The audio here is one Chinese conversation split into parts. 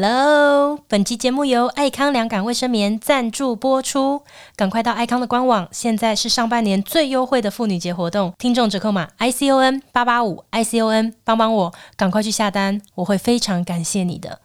Hello，本期节目由爱康凉感卫生棉赞助播出。赶快到爱康的官网，现在是上半年最优惠的妇女节活动，听众折扣码 ICON 八八五 ICON，帮帮我，赶快去下单，我会非常感谢你的。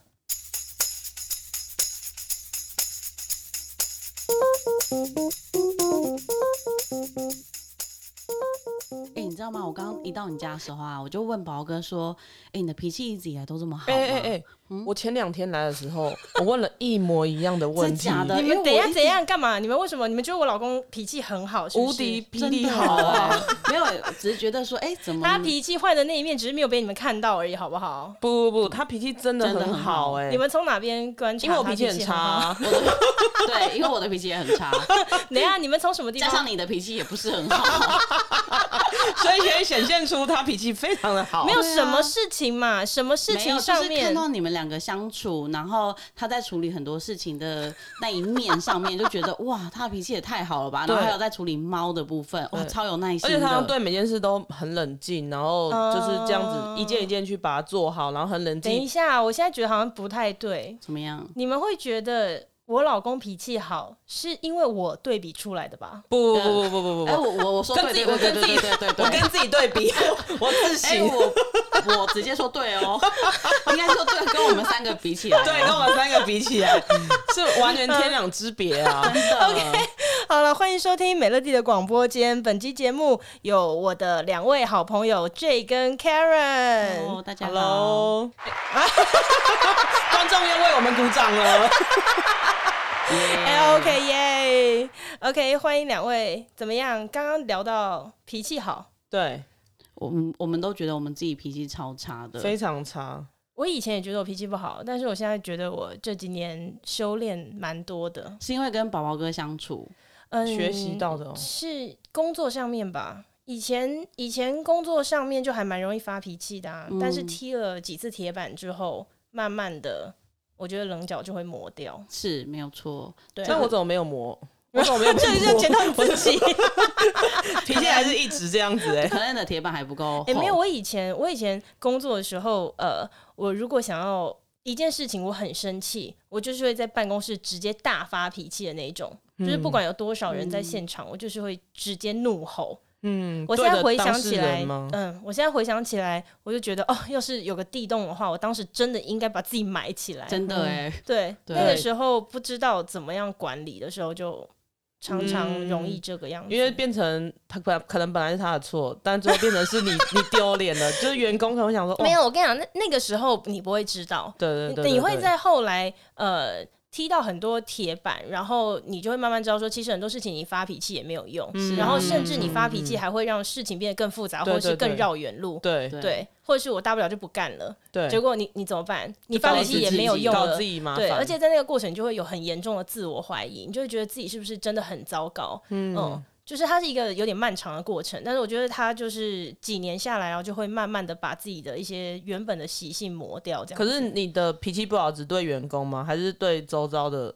哎、你知道吗？我刚刚一到你家的时候啊，我就问宝哥说：“哎、你的脾气一直以来都这么好吗？”哎哎哎，我前两天来的时候， 我问了一模一样的问题，真假的你因为们我等一下一直怎样干嘛？你们为什么？你们觉得我老公脾气很好，是不无是敌霹真雳的好哎、啊！没有，只是觉得说，哎、怎么他脾气坏的那一面，只是没有被你们看到而已，好不好？不不不，他脾气真的很好哎、你们从哪边观察？因为我脾气很差、。啊， 对？因为我的脾气也很差， 等一下，你们从什么地加方？上你的脾气也不是很 好，所以可以显现出他脾气非常的好。没有什么事情嘛，什么事没有，情就上是看面。到你们两个相处，然后他在处理很多事情的那一面上面，就觉得哇，他脾气也太好了吧？然后对还有在处理猫的部分，哇，对超有耐心而的。且他对每件事都很冷静，然后就是这样子一件一件去把它做好，然后很冷等一静。下，我现在觉得好像不太对。怎么样？你们会觉得我老公脾气好，是因为我对比出来的吧？不不不不不不哎、不，我我我说跟对自己对我对对跟自己对对对对，我跟自己对比， 我自哎、省。我我直接说对哦，应该说对，跟我们三个比起来哦，对，跟我们三个比起来，是完全天壤之别啊！真的。哦好了，欢迎收听美乐蒂的广播间。本期节目有我的两位好朋友 J 跟 Karen。哦，大家好， Hello，观众又为我们鼓掌了。哎、o k 耶、o k 欢迎两位。怎么样？刚刚聊到脾气好，对，我们我们都觉得我们自己脾气超差的，非常差。我以前也觉得我脾气不好，但是我现在觉得我这几年修炼蛮多的，是因为跟宝宝哥相处，嗯，学习到的哦是工作上面吧。以前以前工作上面就还蛮容易发脾气的、啊，嗯但是踢了几次铁板之后，慢慢的，我觉得棱角就会磨掉。是没有错。对，那我怎么没有 磨？我怎么没有磨？这就 检讨你自己。脾气还是一直这样子欸哎、可能你的铁板还不哦够厚，哎、没有，我以前我以前工作的时候，呃，我如果想要一件事情，我很生气，我就是会在办公室直接大发脾气的那一种，就是不管有多少人在现场，我就是会直接怒吼。 嗯，我对现在着回当想事起来人吗，？嗯，我现在回想起来，我就觉得哦，要是有个地洞的话，我当时真的应该把自己埋起来。真的哎、对，对那个时候不知道怎么样管理的时候，就常常容易这个样子。嗯因为变成他本可能本来是他的错，但最后变成是 你你丢脸了，就是员工可能会想说，哇没，有，我跟你讲，那那个时候你不会知道，对对对对你会对在后来呃踢到很多铁板，然后你就会慢慢知道说，其实很多事情你发脾气也没有用，嗯然后甚至你发脾气嗯还会让事情变得更复杂，对或是对对更绕远路。对对对，或者是我大不了就不干了，对，结果你你怎么办？你搞发脾气自也己没有用搞了自。己麻烦，对，而且在那个过程，你就会有很严重的自我怀疑，你就会觉得自己是不是真的很糟糕？嗯就是它是一个有点漫长的过程，但是我觉得它就是几年下来，然后就会慢慢的把自己的一些原本的习性磨掉，这样子。可是你的脾气不好只对员工吗？还是对周遭的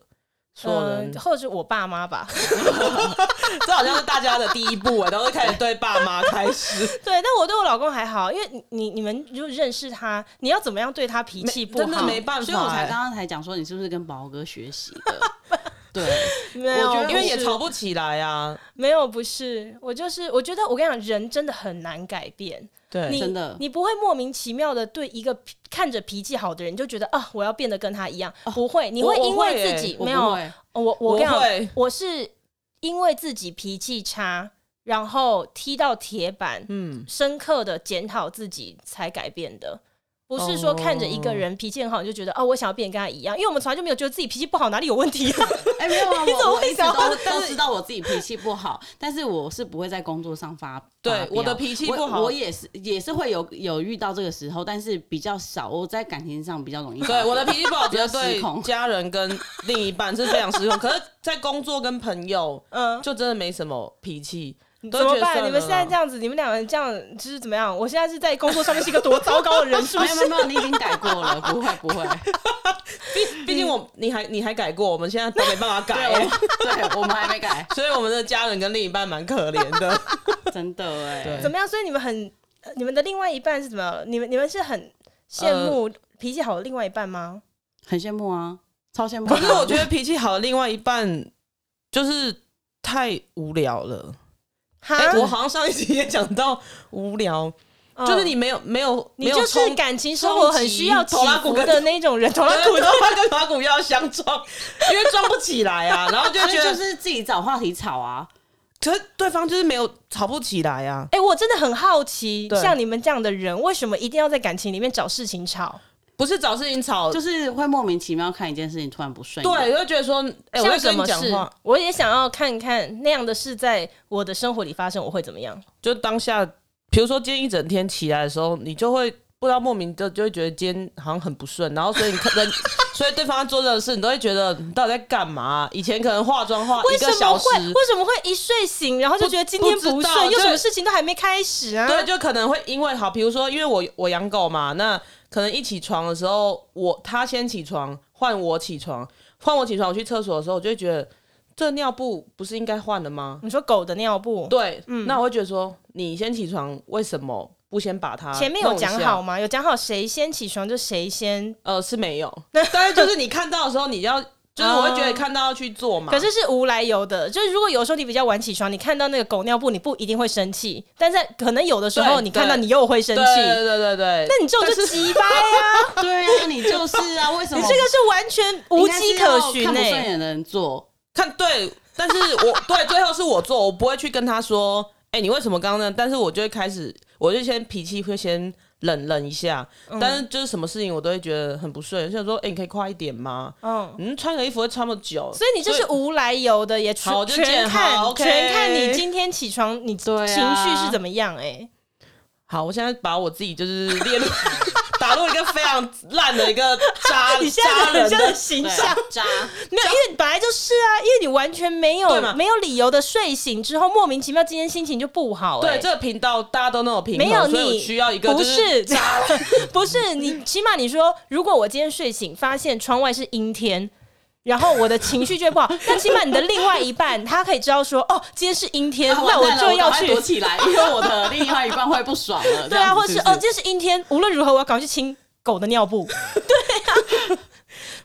所有人嗯，？或者是我爸妈吧， 这好像是大家的第一步哎，都会开始对爸妈开 始，对，但我对我老公还好，因为你你你们就认识他，你要怎么样对他脾气不好？真的没办法，哎所以我才刚刚才讲说你是不是跟宝宝哥学习 的？对，没有我觉得因为也不是吵不起来啊，没有，不是，我就是我觉得我跟你讲，人真的很难改变。对，你真的你不会莫名其妙的对一个脾看着脾气好的人就觉得啊，我要变得跟他一样，不会，你哦我会我因会为欸自己我没不有， 会哦我我我跟你会讲，我是因为自己脾气差，然后踢到铁板，嗯，深刻的检讨自己才改变的。不是说看着一个人脾气很好，你就觉得哦，我想要变得跟他一样，因为我们从来就没有觉得自己脾气不好，哪里有问题、啊？ 哎、没有啊，我怎么我会一直想到都都知道我自己脾气不好，但是我是不会在工作上发。对发飙我的脾气不好我，我也是也是会有有遇到这个时候，但是比较少。我在感情上比较容 易发对飙。我的脾气 不好，觉得失控对家人跟另一半是非常失控。可是，在工作跟朋友，嗯，就真的没什么脾气。怎么办？你们现在这样，样子，你们两个人这样就是怎么样？我现在是在工作上面是一个多糟糕 的人，是不没有没有是？没有，你已经改过了，不会 不会。毕毕竟我你还你还改过，我们现在都没办法 改、对，我对我们还没改，所以我们的家人跟另一半蛮可怜 的。真的哎、对怎么样？所以你们很，呃呃你们的另外一半是怎么样？你们你们是很羡慕脾气好的另外一半吗？很羡慕啊，超羡慕的可啊。是我觉 得脾气好的另外一半就是太无聊了。哈哎、我好像上一集也讲到无聊，嗯就是你没有没有，你没有就是冲感情生活很需要起伏的那种人，头头拉拉骨骨的话跟头拉骨要相撞， 因为撞不起来啊，然后就所以觉得，就是自己找话题吵啊，可是对方就是没有吵不起来啊。哎、我真的很好奇，对像你们这样的人，为什么一定要在感情里面找事情吵？不是找事情吵，就是会莫名其妙看一件事情突然不顺眼。对，就觉得说，哎、我像在什跟你么讲事话，？我也想要看看那样的事在我的生活里发生，我会怎么样？就当下，比如说今天一整天起来的时候，你就会不知道莫名的就会觉得今天好像很不顺，然后所以你可能，所以对方做这个事，你都会觉得你到底在干嘛啊、以前可能化妆化为一什个么小时会，为什么会一睡醒，然后就不觉得今天不知不道顺，又就什么事情都还没开始啊？对，就可能会因为好，比如说，因为我我养狗嘛，那可能一起床的时候，我他先起床，换我起床，换我起床，我去厕所的时候，我就会觉得这尿布不是应该换了吗？你说狗的尿布，对，那我会觉得说，你先起床，为什么不先把它前面有弄一讲下好？吗？有讲好谁先起床就谁先，呃，是没 有，但是就是你看到的时候，你要就是我会觉得看到要去做嘛。啊可是是无来由的。就是如果有时候你比较晚起床，你看到那个狗尿布，你不一定会生气，但在可能有的时候对你看到对你又会生对气。对对对对，那你这种就鸡掰啊！对啊，你就是 啊，为什你么这个是完全无迹可应该是循要看不哎、顺眼的人做，看对，但是我对最后是我做，我不会去跟他说，哎、你为什么刚刚呢？但是我就会开始，我就先脾气会先冷冷一下，嗯但是就是什么事情我都会觉得很不顺，就想说，哎、你可以快一点吗？嗯，嗯，穿个衣服会穿那么久，所以你这是无来由的，也全好我就全见看、好，OK 全看你今天起床你情对啊绪是怎么样哎、好，我现在把我自己就是列入打入一个非常烂的一个渣 你现在渣的你人现在的的形对 象。渣，没有，因为本来就是啊，因为你完全没对有嘛没有理由的睡醒之后，莫名其妙今天心情就不好、哎对，这个频道大家都那种平没衡，有所以我你需要一个不就是 不是你，起码你说，如果我今天睡醒发现窗外是阴天。然后我的情绪就会 不好，那起码你的另外一半他可以知道说，哦，今天是阴天，啊那完蛋了就要赶快去躲起来，因为我的另外一半会不爽了。 对啊，或者是哦，今天是阴天，无论如何我要赶快去清狗的尿布。 对啊，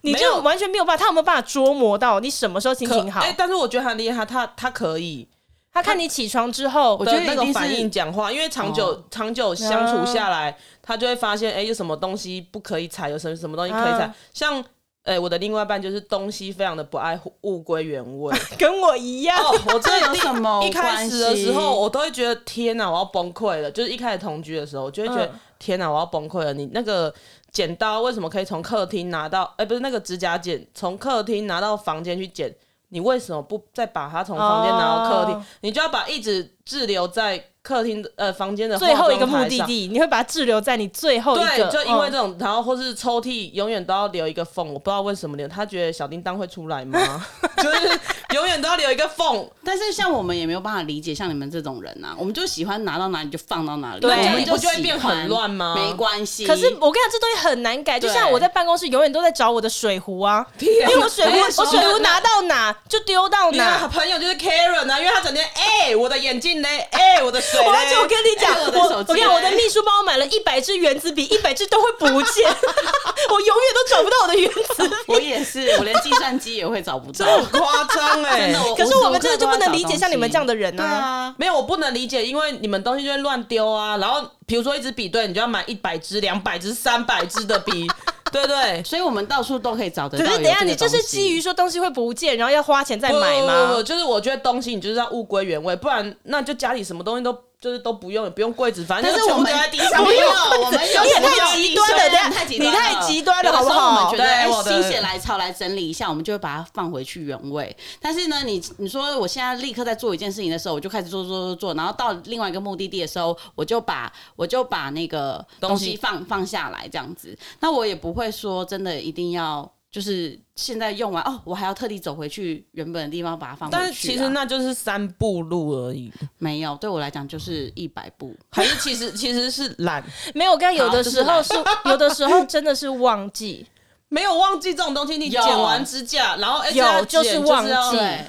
你没就有完全没有办法，他有没有办法捉摸到你什么时候心可情好？哎、但是我觉得很厉害，他他可以，他看你起床之后我，觉得的那一个定反是应讲话，因为长久、哦长久相处下来，他就会发现，哎、有什么东西不可以踩，有什么什么东西可以踩。啊像，哎、我的另外一半就是东西非常的不爱护物归原 位。跟我一样，哦，我真这的有什么一开始的时关候，系我都会觉得天哪，我要崩溃了。就是一开始同居的时候，我就会觉得、嗯天哪，我要崩溃了。你那个剪刀为什么可以从客厅拿到？哎、不是那个指甲剪，从客厅拿到房间去剪，你为什么不再把它从房间拿到客厅？哦你就要把一直滞留在客厅的呃房间的最化后一个妆目台的上。地，你会把它滞留在你最后一个，对，就因为嗯这种，然后或是抽屉永远都要留一个缝，我不知道为什么留。他觉得小叮当会出来吗？ 就是永远都要留一个缝，但是像我们也没有办法理解像你们这种人啊，我们就喜欢拿到哪里就放到哪里，对那我这样们你不就会喜变欢很乱吗没关系，可是我跟你讲，这东西很难改，就对像我在办公室永远都在找我的水 壶啊，因为我水壶没有啊什我么水壶拿到哪就丢到你的哪。朋友就是 Karen 啊，因为他整天哎、我的眼镜嘞，哎、我的水嘞，我而且我跟你讲，哎我我的手机跟你讲，嘞我的秘书帮我买了一百支原子笔，一百支都会不见， 我永远都找不到我的原子笔。我也是，我连计算机也会找不到。很夸张 真哎的， 我可是我们真的就不能理无时无刻都在找解东西像你们这样的人对啊。啊，没有，我不能理解，因为你们东西就会乱丢啊。然后比如说一支笔对，你就要买一百支、两百支、三百支的 笔，对不对？所以我们到处都可以找得可到。是等一下，你就是基于于说东西会不见，然后要花钱再不买不不不吗？就是我觉得东西你就是要物归原位，不然那就家里什么东西都就是都不用，也不用柜子，反正但就是全我部们丢在地上。没有，我们有你也时候太极端了，对啊对太极你端了太极端了，好有不的时候我们好觉？得对哎我的心血来潮来整理一下，我们就会把它放回去原位。但是呢，你你说我现在立刻在做一件事情的时候，我就开始做做做做，然后到另外一个目的地的时候，我就把我就把那个东东西西放放下来这样子。那我也不会说真的一定要。就是现在用完哦，我还要特地走回去原本的地方把它放回去啊、但是其实那就是三步路而已，没有，对我来讲就是一百步。还是其实其实是懒，没有，我跟你讲有好的就是时候懒是有的时候真的是忘记，没有忘记这种东西。你有剪完指甲，然后哎有这样就是剪忘要记对，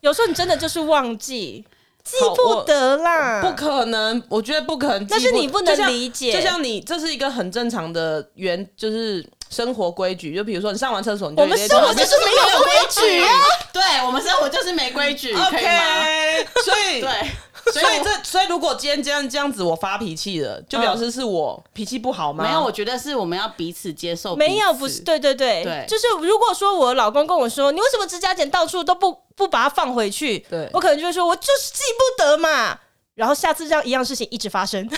有时候你真的就是忘 记，记好不我得啦，不可能，我觉得不可能记。但是你不能就像理解就像你这是一个很正常的原，就是生活规矩，就比如说你上完厕所，你就我们直接生活走就是没有规矩啊，对我们生活就是没规矩，可以吗？ OK，所 以对，所以我这，所以如果今天这样这样子，我发脾气了，就表示是我脾气不嗯好吗？没有，我觉得是我们要彼此接受彼此，没有不是，对对对，对就是如果说我老公跟我说，你为什么指甲剪到处都不不把它放回去？对我可能就会说，我就是记不得嘛。然后下次这样一样事情一直发生，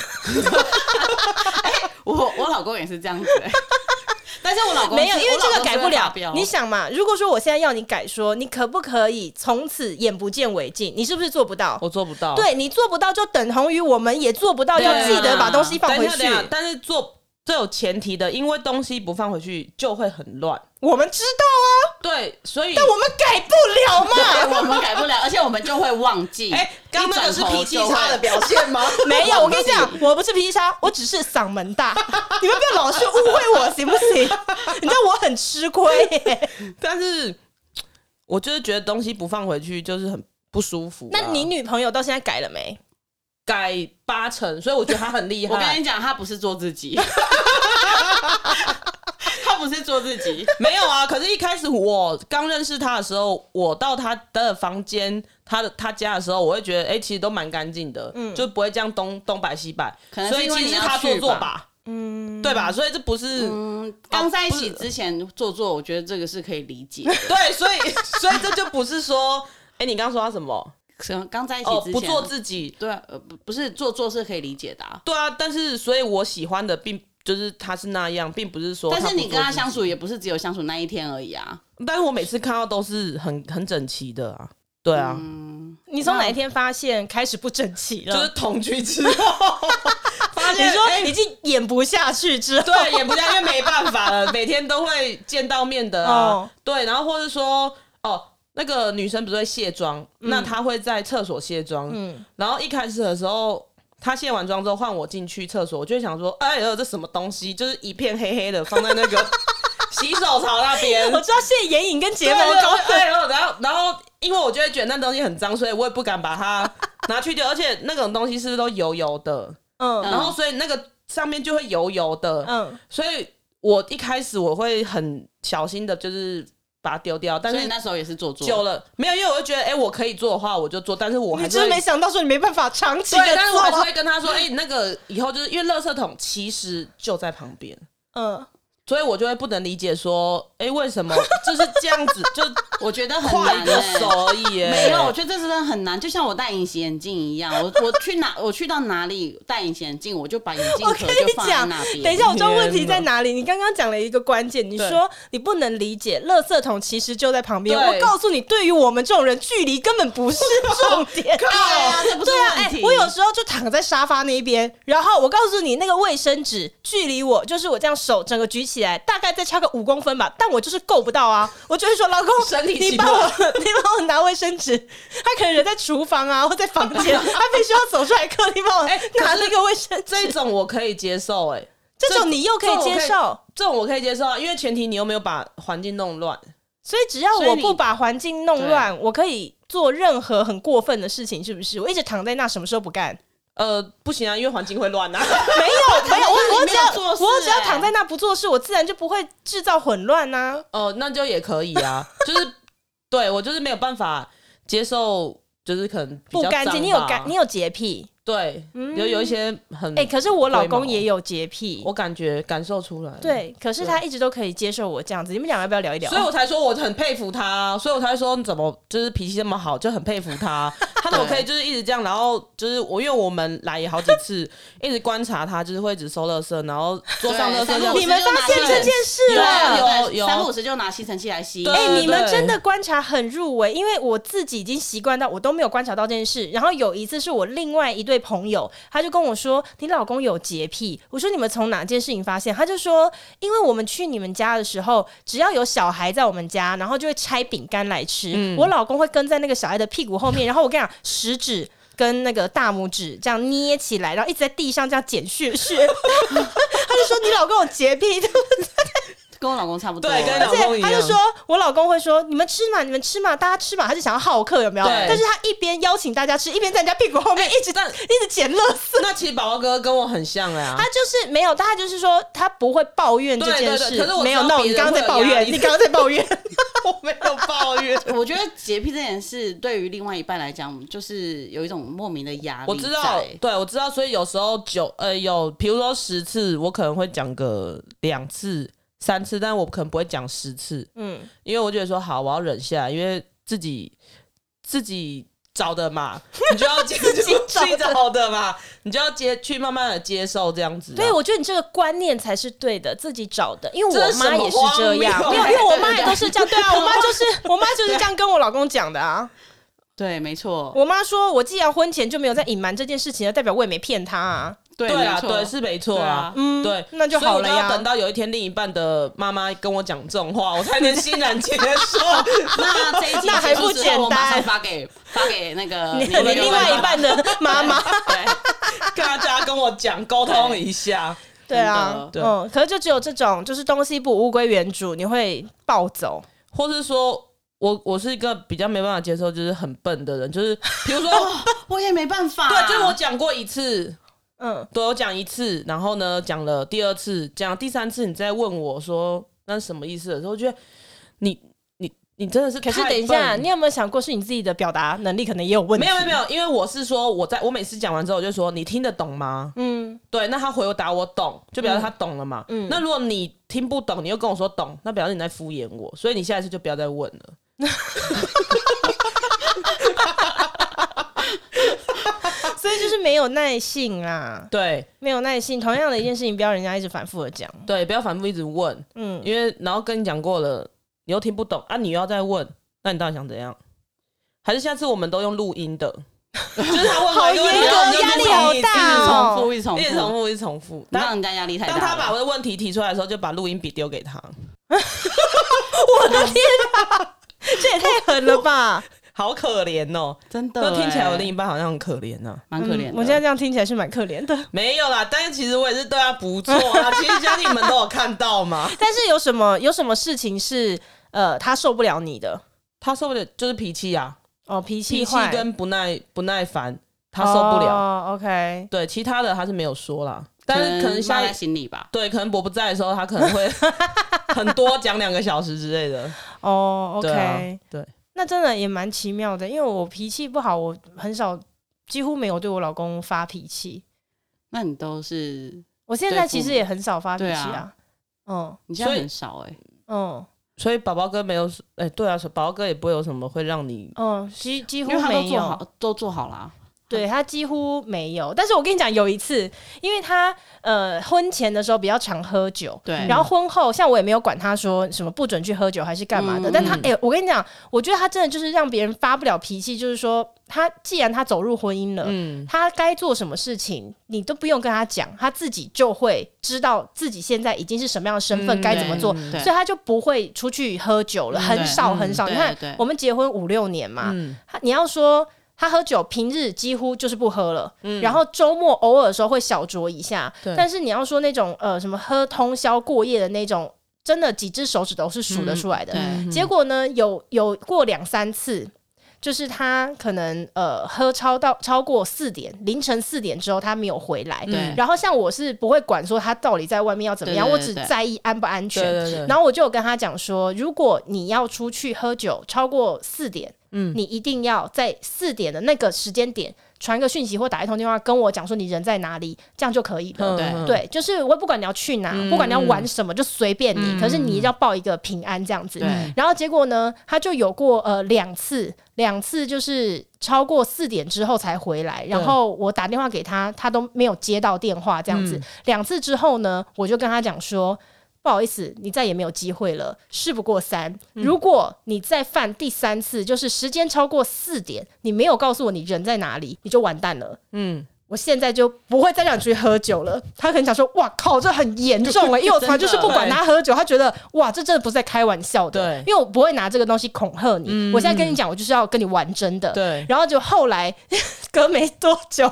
我我老公也是这样子、欸， 但是我老公 没有，是因为我老这个公改是不会发了飙。你想嘛，如果说我现在要你改说，你可不可以从此眼不见为净？你是不是做不到？我做不到。对你做不到，就等同于我们也做不到，对啊要记得把东西放等一回下，去等一。下，但是做这有前提的，因为东西不放回去就会很乱。我们知道啊，对，所以但我们改不了嘛。 对，我们改不了，而且我们就会忘记。 哎，刚刚那个是脾气差的表表 现吗？没 有，我跟你讲，我不是脾气差，我只是嗓门大。 你们不要老是误会我，行 不行？你知道我很吃亏耶。但是我就是觉得东西不放回去就是很不舒服啊。 那你女朋友到现在改了没？改八成，所以我觉得他 很厉害。我跟你讲，他不是做自己， 他不是做自己，没有啊，可是，一开始我刚认识他的时候，我到他的房间、他的他家的时候，我会觉得，哎、其实都蛮干净的，就不会这样东东摆西摆。嗯可能所是以因为其你实要是他做去作吧吧，嗯，对吧？所以这不是、嗯，刚在一起之前做做，我觉得这个是可以理解。对，所以 所以这就不是说，哎、你刚刚说他什么？什么刚在一起哦，之前不做自己。对啊，呃，不不是做做是可以理解的、啊，对啊，但是所以我喜欢的并就是他是那样，并不是说。但是你跟他相，处也不是只有相处那一天而已啊。但是我每次看到都是很很整齐的啊，对啊。嗯你从哪一天发现开始不整齐就是了？同居之 后， 发你现说哎已经演不下去之 后，对，也不叫，因为没办法了，每天都会见到面的 啊。哦对，然后或是说，哦，那个女生不是会卸妆，那她会在厕所卸妆。嗯，然后一开始的时候，她卸完妆之后换我进去厕所，我就会想说，哎呦，这什么东西？就是一片黑黑的，放在那 个洗手槽那边。我知道现在眼影跟睫对毛对膏，对然后然后然后，因为我就会觉得那东西很脏，所以我也不敢把它拿去丢，而且那种东西是不是都油油的？嗯然后所以那个上面就会油油的，嗯，所以我一开始我会很小心的，就是把它丢掉，但所以是那时候也是做作，久了没有，因为我就觉得，哎、我可以做的话我就做，但是我还你是真会没想到说你没办法长期对，的但是我啊还是做会，跟他说，哎、那个以后就是因为垃圾桶其实就在旁边，嗯，所以我就会不能理解说，哎、为什么就是这样子，就我觉得很跨难、一个欸。手而已、哎没有，我觉得这真的很难，就像我戴隐形眼镜一样，我我去哪，我去到哪里戴隐形眼镜，我就把眼镜我壳跟就你放在讲那，边。等一下，我知道问题天哪在哪里。你刚刚讲了一个关键，你对说你不能理解，垃圾桶其实就在旁边。对我告诉你，对于我们这种人，距离根本不是重 点。对啊，这不是对啊，问哎、题。我有时候就躺在沙发那边，然后我告诉你，那个卫生纸距离我就是我这样手整个举起来，大概再差个五公分吧，但我就是够不到 啊。我就会说，老公，身体你习帮惯我， 你帮我拿卫生纸。他可能人在厨房啊，或在房 间，他必须要走出来客厅帮我哎可拿是那个卫生纸。这种我可以接受、哎，这种你又可以接这种受。这种我可以接受啊，因为前提你又没有把环境弄乱。所以只要所以我你不把环境弄乱，我可以做任何很过分的事情，是不是？我一直躺在那，什么时候不干？呃，不行啊，因为环境会乱啊。没有，没有，我我你没只有要做事我只要欸躺在那不做事，我自然就不会制造混乱啊呐、哦，那就也可以 啊，就是对我就是没有办法接受，就是可能比不较干净，脏你有吧干，你有洁癖，对，有有一些很哎、可是我老龟公毛也有洁癖，嗯我感觉感受出来，，对，可是他一直都可以接受我这样子。你们俩要不要聊一聊？所以我才说我很佩服他，所以我才说你怎么就是脾气这么好，就很佩服 他，他怎么可以就是一直这样，然后就是我因为我们来也好几次，一直观察他，就是会一直收垃圾，然后桌上对垃圾三这不样五你们我是发现就拿这件事有了啊。对有有三不五时就拿吸尘器来吸。对哎、你们对真的观察很入微，因为我自己已经习惯到我都没有观察到这件事。然后有一次是我另外一对朋友，他就跟我说：“你老公有洁癖。”我说：“你们从哪件事情发现？”他就说：“因为我们去你们家的时候，只要有小孩在我们家，然后就会拆饼干来吃。我老公会跟在那个小孩的屁股后面，然后我跟你讲，食指。”跟那个大拇指这样捏起来， 然后一直在地上这样捡屑屑。他就说：“你老公有洁癖，对不对？”跟我老公差不多。对跟而老公且一他就样说，我老公会说：“你们吃嘛，你们吃嘛，大家吃嘛。”他是想要好客，有没有？对但是他一边邀请大家吃，一边在人家屁股后面一直、但一直捡垃圾。那其实宝宝哥跟我很像哎、啊他，就是没有，但他就是说他不会抱怨这对件对事。对可是我没有知道 no，别你人刚刚在会有压抱怨，力你刚刚在抱 怨。 我没有抱怨。我觉得洁癖这件事对于另外一半来讲，就是有一种莫名的压力在。我知道，对我知道，所以有时候九呃有，比如说十次，我可能会讲个两次、三次，但我可能不会讲十次，嗯，因为我觉得说好，我要忍下来，因为自己自己找的嘛，你 就要接自己找的找的嘛，你就要接去慢慢的接受这样子、啊。对，我觉得你这个观念才是对的，自己找的。因为这我是妈什么也是这样，荒没谬有，啊因为我妈对对也对都是这 样。对啊，我妈就是我妈就是这样跟我老公讲的啊。对，没错，我妈说，我既然婚前就没有在隐瞒这件事情了，代表我也没骗她啊。对对啊，啊，没错对，是没错啊，对嗯对，那就所好了以我就要呀等。到有一天另一半的妈妈跟我讲这种话，我才能欣然接 受。那这一集那还结束不之后简我马单上发给发给那个呃你的你另外一半 的妈妈，对。跟大家跟我讲沟通一下，对啊，真的嗯，可是就只有这种，就是东西不物归原主，你会暴走。或是说我我是一个比较没办法接受就是很笨的人，就是比 如说我也没办法、啊对，就是我讲过一次，嗯，对我讲一次，然后呢讲了第二次，讲第三次，你再问我说那是什么意思的时候，我觉得你你你真的是可是太等一下，笨你有没有想过是你自己的表达能力可能也有问题？没有没有没，有，因为我是说我在我每次讲完之后，我就说你听得懂吗？嗯，对，那他回答我懂，就表示他懂了嘛。嗯嗯那如果你听不懂，你又跟我说懂，那表示你在敷衍我，所以你下一次就不要再问了。所以就是没有耐性啦，对没有耐性。同样的一件事情，不要人家一直反复的讲，对，不要反复一直问，嗯，因为然后跟你讲过了，你又听不懂啊，你又要再问，那你到底想怎样？还是下次我们都用录音的？ 就是他问好完一个问题，严格然后你就压力一直重复好大嗯哦重复一直重复，一直重复，一直重复。让当人家压力太大当了。他把我的问题提出来的时候，就把录音笔丢给他，这也太狠了吧！ 好可怜哦。真的、欸那听起来我有另一半好像很可怜呢、啊蛮可怜的、嗯我现在这样听起来是蛮可怜的。没有啦，但是其实我也是对他不错啊。其实家里们都有看到嘛， 但是有什么有什么事情是呃他受不了你的他受不了就是脾气啊，哦，脾气脾气坏，跟不耐不耐烦，他受不了。哦 OK，对，其他的他是没有说啦，但是可能骂下一在心里吧。对，可能我不在的时候，他可能会很多讲两个小时之类的。哦，OK，对啊，对，那真的也蛮奇妙的，因为我脾气不好，我很少，几乎没有对我老公发脾气。那你都是，我现对在父其实母也很少发脾气对啊啊。嗯你现在所以很少哎、嗯所以宝宝哥没有，哎、对啊，宝宝哥也不会有什么会让你嗯，几几因乎为他都没做有。好，嗯都做好啦。对他几乎没有，但是我跟你讲，有一次，因为他呃婚前的时候比较常喝酒，对然后婚后像我也没有管他说什么不准去喝酒还是干嘛的，嗯但他哎嗯、我跟你讲，我觉得他真的就是让别人发不了脾气，就是说他既然他走入婚姻了，嗯，他该做什么事情，你都不用跟他讲，他自己就会知道自己现在已经是什么样的身嗯份，该怎么做，对对所以他就不会出去喝酒了，嗯很少对很少。嗯你看对对，我们结婚五六年嘛，嗯他你要说。他喝酒，平日几乎就是不喝了，嗯然后周末偶尔的时候会小酌一下。对啊但是你要说那种呃什么喝通宵过夜的那种，真的几只手指头是数嗯得出来的。对，结果呢，有有过两三次，就是他可能呃喝超到超过四点，凌晨四点之后他没有回嗯来。对然后像我是不会管说他到底在外面要怎么样，对对我对只对在意安不安对全。对对，然后我就有跟他讲说，如果你要出去喝酒超过四点，嗯嗯，你一定要在四点的那个时间点传个讯息或打一通电话跟我讲说你人在哪里，这样就可以了。嗯对嗯对，就是我不管你要去哪，嗯不管你要玩什么，就随便你。可是你一定要报一个平安这样子。对然后结果呢，他就有过呃两次，两次就是超过四点之后才回来，然后我打电话给他，他都没有接到电话这样子。两次之后呢，我就跟他讲说。不好意思，你再也没有机会了。事不过三，如果你再犯第三次，就是时间超过四点，你没有告诉我你人在哪里，你就完蛋了。嗯，我我现在就不会再让你出去喝酒了。他可能想说，哇靠，这很严重哎、因为我从来就是不管他喝酒，他觉得哇，这真的不是在开玩笑的，对因为我不会拿这个东西恐吓你。我现在跟你讲，我就是要跟你玩真的。对然后就后来 隔没多久，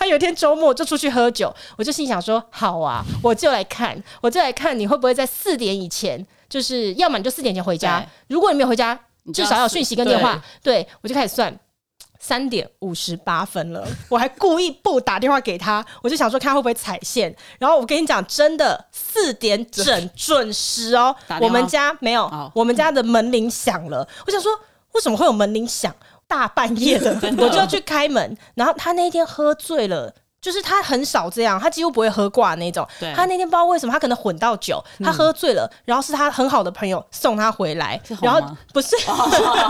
他有一天周末就出去喝酒，我就心想说，好啊，我就来看，我就来看你会不会在四点以前，就是要么你就四点前回家对，如果你没有回家，至少要有讯息跟电话。对我就开始算。三点五十八分了，我还故意不打电话给他，我就想说看他会不会踩线。然后我跟你讲，真的四点整准时哦打。电我话们家没有，哦我们家的门铃响了。我想说，为什么会有门铃响？大半夜 的，我就要去开门。然后他那一天喝醉了。就是他很少这样，他几乎不会喝挂那种。对嗯他那天不知道为什么，他可能混到酒，他喝醉了，然后是他很好的朋友送他回来是，红然后吗哦不是，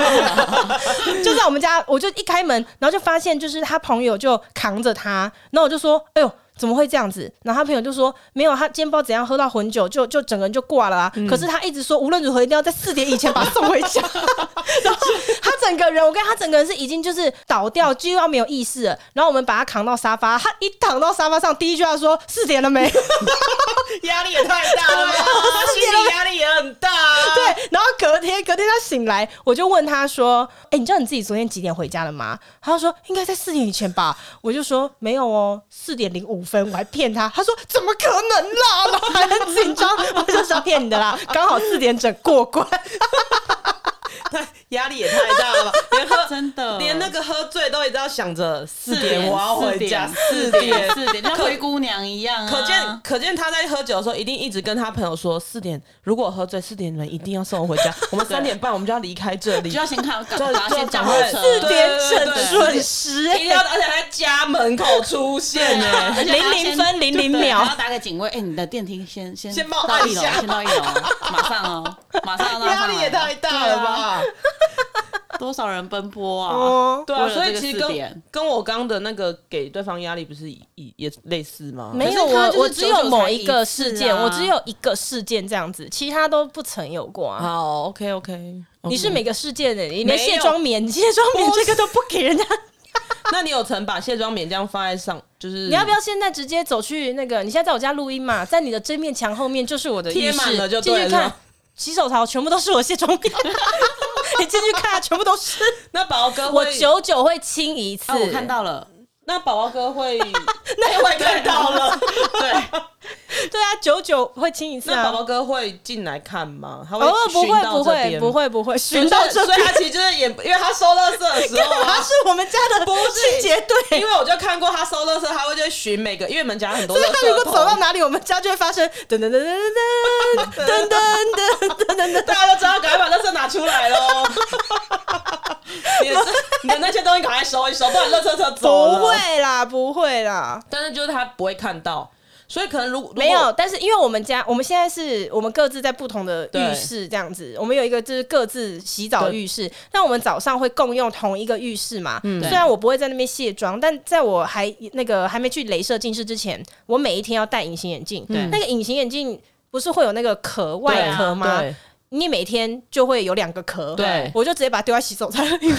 就在我们家，我就一开门，然后就发现就是他朋友就扛着他，然后我就说：“哎呦，怎么会这样子？”然后他朋友就说：“没有，他今天不知道怎样喝到混酒，就就整个人就挂了嗯啊。可是他一直说无论如何一定要在四点以前把他送回家。 然后他整个人，我跟他整个人是已经就是倒掉，几乎要没有意识了。然后我们把他扛到沙发，他一躺到沙发上，第一句话说：“四点了没？”压力也太大了吧，啊心理压力也很大、啊。对，然后隔天隔天他醒来，我就问他说：“哎、你知道你自己昨天几点回家了吗？”他就说：“应该在四点以前吧。”我就说：“没有哦，四点零五分。”我还骗他，他说：“怎么可能啦？”然后还很紧张，我就是要骗你的啦，刚好四点整过关。压力也太大了吧，连喝真的连那个喝醉都一直要想着四嗯点点我要回家，四点四点，像灰姑娘一样啊。可见，可见他在喝酒的时候，一定一直跟他朋友说：四点，如果我喝醉，四点你们一定要送我回家。我们三点半我们就要离开这里，就要先 看，就把就先叫赶好快车。四四点对整对对准时、 一定要，而且还在家门口出现对哎、啊而且还要先00分00对秒还要打给警卫。哎，你的电梯先先先帮我到按一一楼，下先到一楼，马上哦，马上让他压上力来也太大了吧？多少人奔波啊哦！对啊，为了所这以个其实四点跟跟我刚的那个给对方压力不是也也类似吗？没有可是他我，就是我只有某久久才一个一次啊事件，我只有一个事件这样子，其他都不曾有过啊。好，OK OK，你是每个事件的、你连没有卸妆棉、卸妆棉这个都不给人家那你有曾把卸妆棉这样放在上，就是你要不要现在直接走去那个？你现在在我家录音嘛，在你的这面墙后面就是我的浴贴室满了就进对了去看洗手槽，全部都是我卸妆品。 你进去看，全部 都是。那宝宝哥我会，久久会清一次，啊，我看到了，那宝宝哥会，那会看到 了。对，对啊，久久会清一次那啊宝。宝哥会进来看吗？他偶尔不寻会，到不这会，边不吗，会，不会，所以寻到这所以他其实就是也，因为他收垃圾的时 候他啊。是我们家的不是清洁队。因为我就看过他收垃圾，他会就寻每个，因为我们啊家很多所以垃他圾如果桶，走到哪里，我们家就会发生噔噔噔噔噔噔噔 噔噔噔噔。 大家都知道，赶快把垃圾拿出来 喽！你的你的那些东西赶快收一收，不然垃圾车走了不。会啦，不会啦。但是就是他不会看到，所以可能如果没有，，但是因为我们家我们现在是我们各自在不同的浴室这样子，我们有一个就是各自洗澡浴室，但我们早上会共用同一个浴室嘛。嗯虽然我不会在那边卸妆，但在我还那个还没去镭射近视之前，我每一天要戴隐形眼镜。对那个隐形眼镜不是会有那个壳如果对啊外壳吗？对你每天就会有两个壳，对我就直接把它丢在洗手槽里面。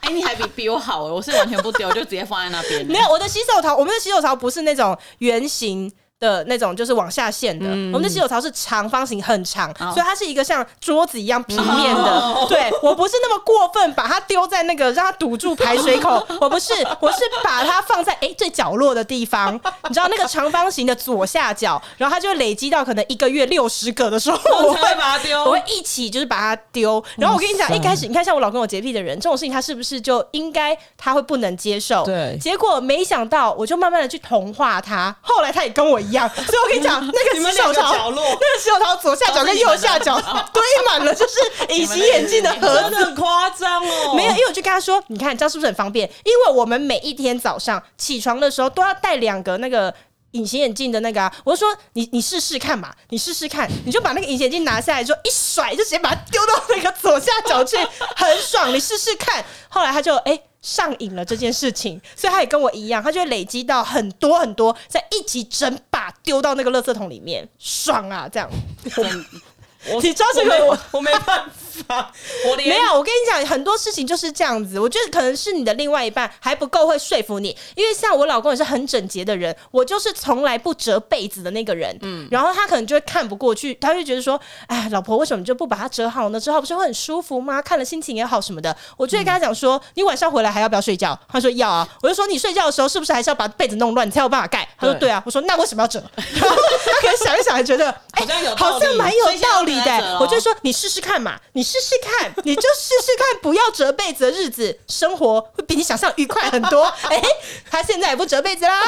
哎，你还比比我好，我是完全不丢，就直接放在那边。 没有，我的洗手槽，我们的洗手槽不是那种圆形。的那种就是往下陷的，我们的洗手槽是长方形，很长，哦所以它是一个像桌子一样平面的。对我不是那么过分，把它丢在那个让它堵住排水口，我不是，我是把它放在诶最角落的地方，你知道那个长方形的左下角，然后它就会累积到可能一个月六十个的时候，我我会会把它我丢会。一起就是把它丢。然后我跟你讲，哦哇塞一开始你看像我老公有洁癖的人，这种事情他是不是就应该他会不能接受？对结果没想到，我就慢慢的去同化他，后来他也跟我一样。所以我跟 你讲，那你个们洗两手个角槽。落， 那个洗手槽左下角跟右下角 堆满了，就是隐形眼镜的盒真子的。很夸张哦！没有，因为我就跟他说，你看这样是不是很方便？因为我们每一天早上起床的时候都要戴两个那个。隐形眼镜的那个、啊，我就说你你试试看嘛，你试试看，你就把那个隐形眼镜拿下来之后一甩，就直接把它丢到那个左下角去，很爽，你试试看。后来他就哎、上瘾了这件事情，所以他也跟我一样，他就会累积到很多很多，再一起整把丢到那个垃圾桶里面，爽啊！这样，真我你知道这个我我没我没办法，法， 我连没有，我跟你讲，很多事情就是这样子。我觉得可能是你的另外一半还不够会说服你，因为像我老公也是很整洁的人，我就是从来不折被子的那个人。嗯，然后他可能就会看不过去，他就觉得说，哎，老婆为什么你就不把它折好呢？折好不是会很舒服吗？看了心情也好什么的。我就会跟他讲说，你晚上回来还要不要睡觉？他说要啊。我就说你睡觉的时候是不是还是要把被子弄乱，你才有办法盖？他说对对啊。我说那为什么要折？ 然后他可能想一想，还觉得哎好像有道好像理蛮所以有现在道要理给他折哦的欸。我就说你试试看嘛， 你试试看，你就试试看，不要折被子的日子，生活会比你想象愉快很 多。哎、他现在也不折被子啦，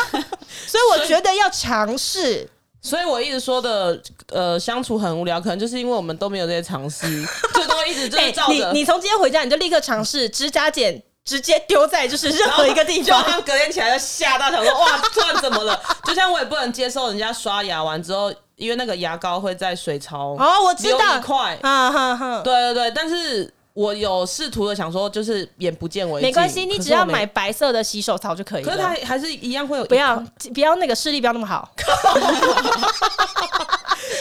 所以我觉得要尝试。所以我一直说的，呃，相处很无聊，可能就是因为我们都没有这些常 识，最多一直就是哎、照你着。你从今天回家，你就立刻尝试指甲剪，直接丢在就是任何一个地就方。他们隔天起来就吓到，想说哇，突然怎么了？ 就像我也不能接受人家刷牙完之后，因为那个牙膏会在水槽 哦，我知留道一，块。啊哈哈，对对对，但是我有试图的想说，就是眼不见为净。没关系，你可是只要我没买，白色的洗手槽就可以可是了。它还是一样会有一不要不要那个视力不要那么好，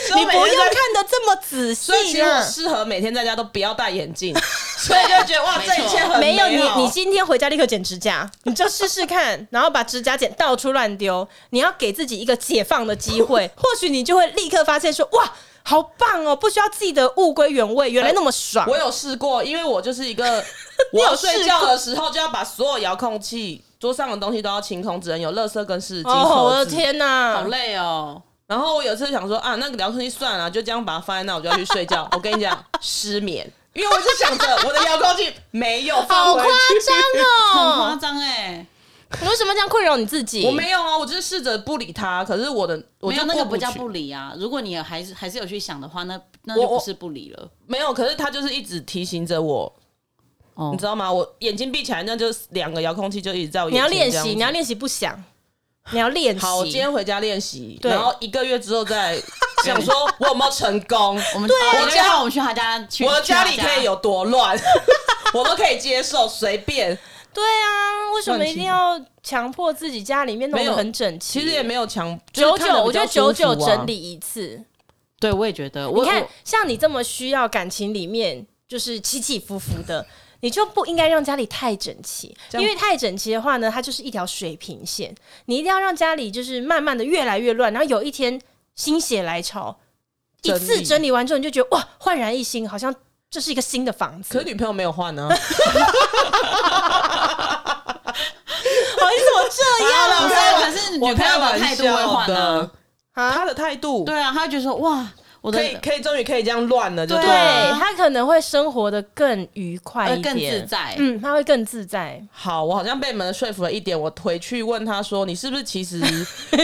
所以你我不每天用在看的这么仔细所以其实我啦适合每天在家都不要戴眼 镜，所以就觉得哇，没这错一切很没有有你，你今天回家立刻剪指甲，你就试试看，然后把指甲剪到处乱丢。你要给自己一个解放的机 会，或许你就会立刻发现说，哇，好棒哦，不需要记得物归原位，原来那么爽。我有试过，因为我就是一 个，我要睡觉的时候就要把所有遥控器、桌上的东西都要清空，只能有垃圾跟湿巾、哦，我手的指。天哪、好累哦。然后我有一次想说啊，那个遥控器算了，就这样把它放在那，我就要去睡觉。我跟你 讲，失眠，因为我就想着我的遥控器没有放好回夸去。很张夸哦！张哎，你为什么这样困扰你自己？我没有啊，我就是试着不理他，可是我的我没就有那个过不不叫去不理啊。如果你有还是还是有去想的话，那那就哦我我不是不理了。没有，可是他就是一直提醒着我，哦你知道吗？我眼睛闭起来，那就是两个遥控器就一直在我眼你前要练这样习，子你要练习不想，你要练习。好，我今天回家练习，对然后一个月之后再想说我有没有成 功，我们对啊我家我们去他家，去我的家里去他可以有多 乱，我都可以接受，随便。对啊，为什么乱一七定要强迫自己家里面弄没得有很整齐？其实也没有强，九就是看九，我觉得比较九舒服啊九整。理一次。对，我也觉得。我你看我，像你这么需要感情里面就是起起伏伏的， 你就不应该让家里太整齐，因样为太整齐的话呢，它就是一条水平线。你一定要让家里就是慢慢的越来越乱，然后有一天心血来潮，一整次理整理完之后，你就觉得哇，焕然一新，好像这是一个新的房子。可是女朋友没有 换啊哦呢、好，你怎么这 样可开玩是可是女朋友的态度会换啊。啊他？的态度，对啊，他就觉得说哇，我的可以可以，终于可以这样乱了，就对了。他可能会生活的更愉快呃一点，更自在。嗯，他会更自在。好，我好像被你们说服了一点。我回去问他说：“你是不是其 实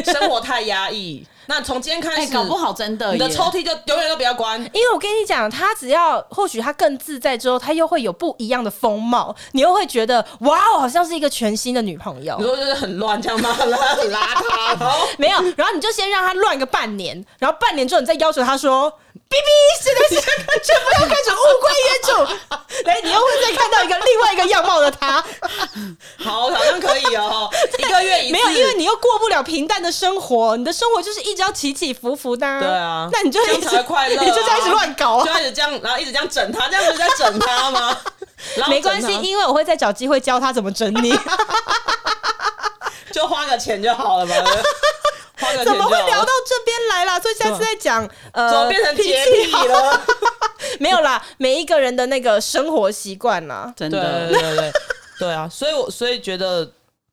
生活太压抑？那从今天开哎，始，搞不好真的你的耶抽屉就永远都不要关。因为我跟你讲，他只要或许他更自在之后，他又会有不一样的风貌，你又会觉得哇，我好像是一个全新的女朋友你。说就是很乱，这样吗？很邋遢，然后没有，然后你就先让他乱个半年，然后半年之后你再要求他说：“哔哔，现在是全部要开始物归原主。”来，你又会再看到一个另外一个样貌 的他，好好像可以 哦，一个月一次。没有，因为你又过不了平淡的生活，你的生活就是一直要起起伏伏的、对啊那你就这样一直才会快乐啊 你就开始乱搞就啊。开始这样，然后一直这样整他，这样不是在整他 吗？然后没关系，整啊因为我会再找机会教他怎么整理。他就花个钱就好了嘛。花个钱怎么会就好聊到这边来啦？所以下次再讲，呃，怎么变成洁脾气癖了？ 没有啦，每一个人的那个生活习惯啦。真对的对对对 对啊！所以我所以觉得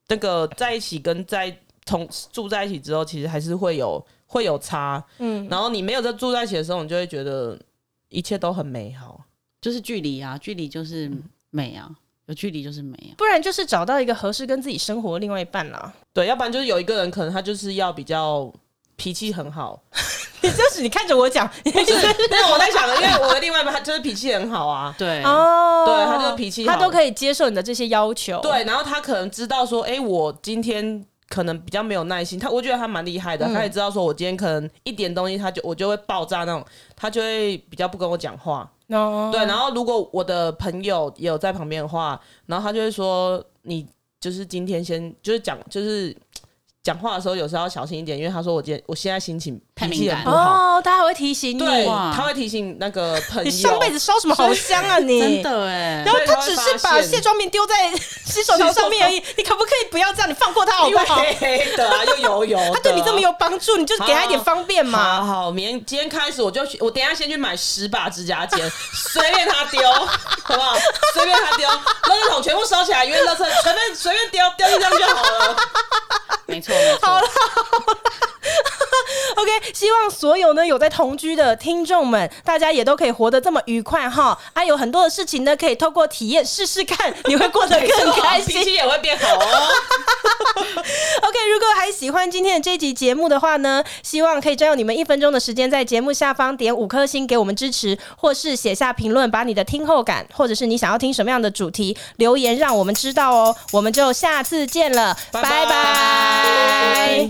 那个在一起跟在同住在一起之后，其实还是会有会有差。嗯，然后你没有在住在一起的时候，你就会觉得一切都很美好。就是距离啊，距离就是美啊，有距离就是美啊。不然就是找到一个合适跟自己生活的另外一半啦。对，要不然就是有一个人可能他就是要比较脾气 很好，你 就是你看着我 讲，你就是没有我在想，因为我的另外一半他就是脾气很好啊。对， 哦，对他就是脾气好他都可以接受你的这些要求。，对，然后他可能知道说，哎、我今天可能比较没有耐心。他我觉得他蛮厉害的，嗯他也知道说我今天可能一点东西，他就我就会爆炸那种，他就会比较不跟我讲话。哦，对，然后如果我的朋友也有在旁边的话，然后他就会说，你就是今天先就是讲就是。讲话的时候有时候要小心一点，因为他说我今天我现在心情太脾敏气很感不好，哦，他还会提醒你，对，哇他会提醒那个朋友。你上辈子烧什么好香啊你？真。的哎然，后他所只以他是会发把现卸妆棉丢在洗手台上面而已，你可不可以不要这样？你放过他好因不为好？黑黑的、啊、又油油的，他对你这么有帮助，你就给他一点方便好嘛。好，明天今天开始我就去，我等一下先去买十把指甲 剪，随便他丢，好不好？随便他丢，垃圾桶全部收起来，因为垃圾随便随便丢丢进这样就好了。没错没错。好了， OK，希望所有呢有在同居的听众们，大家也都可以活得这么愉快哈。啊，有很多的事情呢，可以透过体验试试看，你会过得更开心脾。气也会变好哦。 OK，如果还喜欢今天的这一集节目的话呢，希望可以占用你们一分钟的时间，在节目下方点五颗星给我们支持，或是写下评论，把你的听后感，或者是你想要听什么样的主题留言，让我们知道哦。我们就下次见了，拜拜拜拜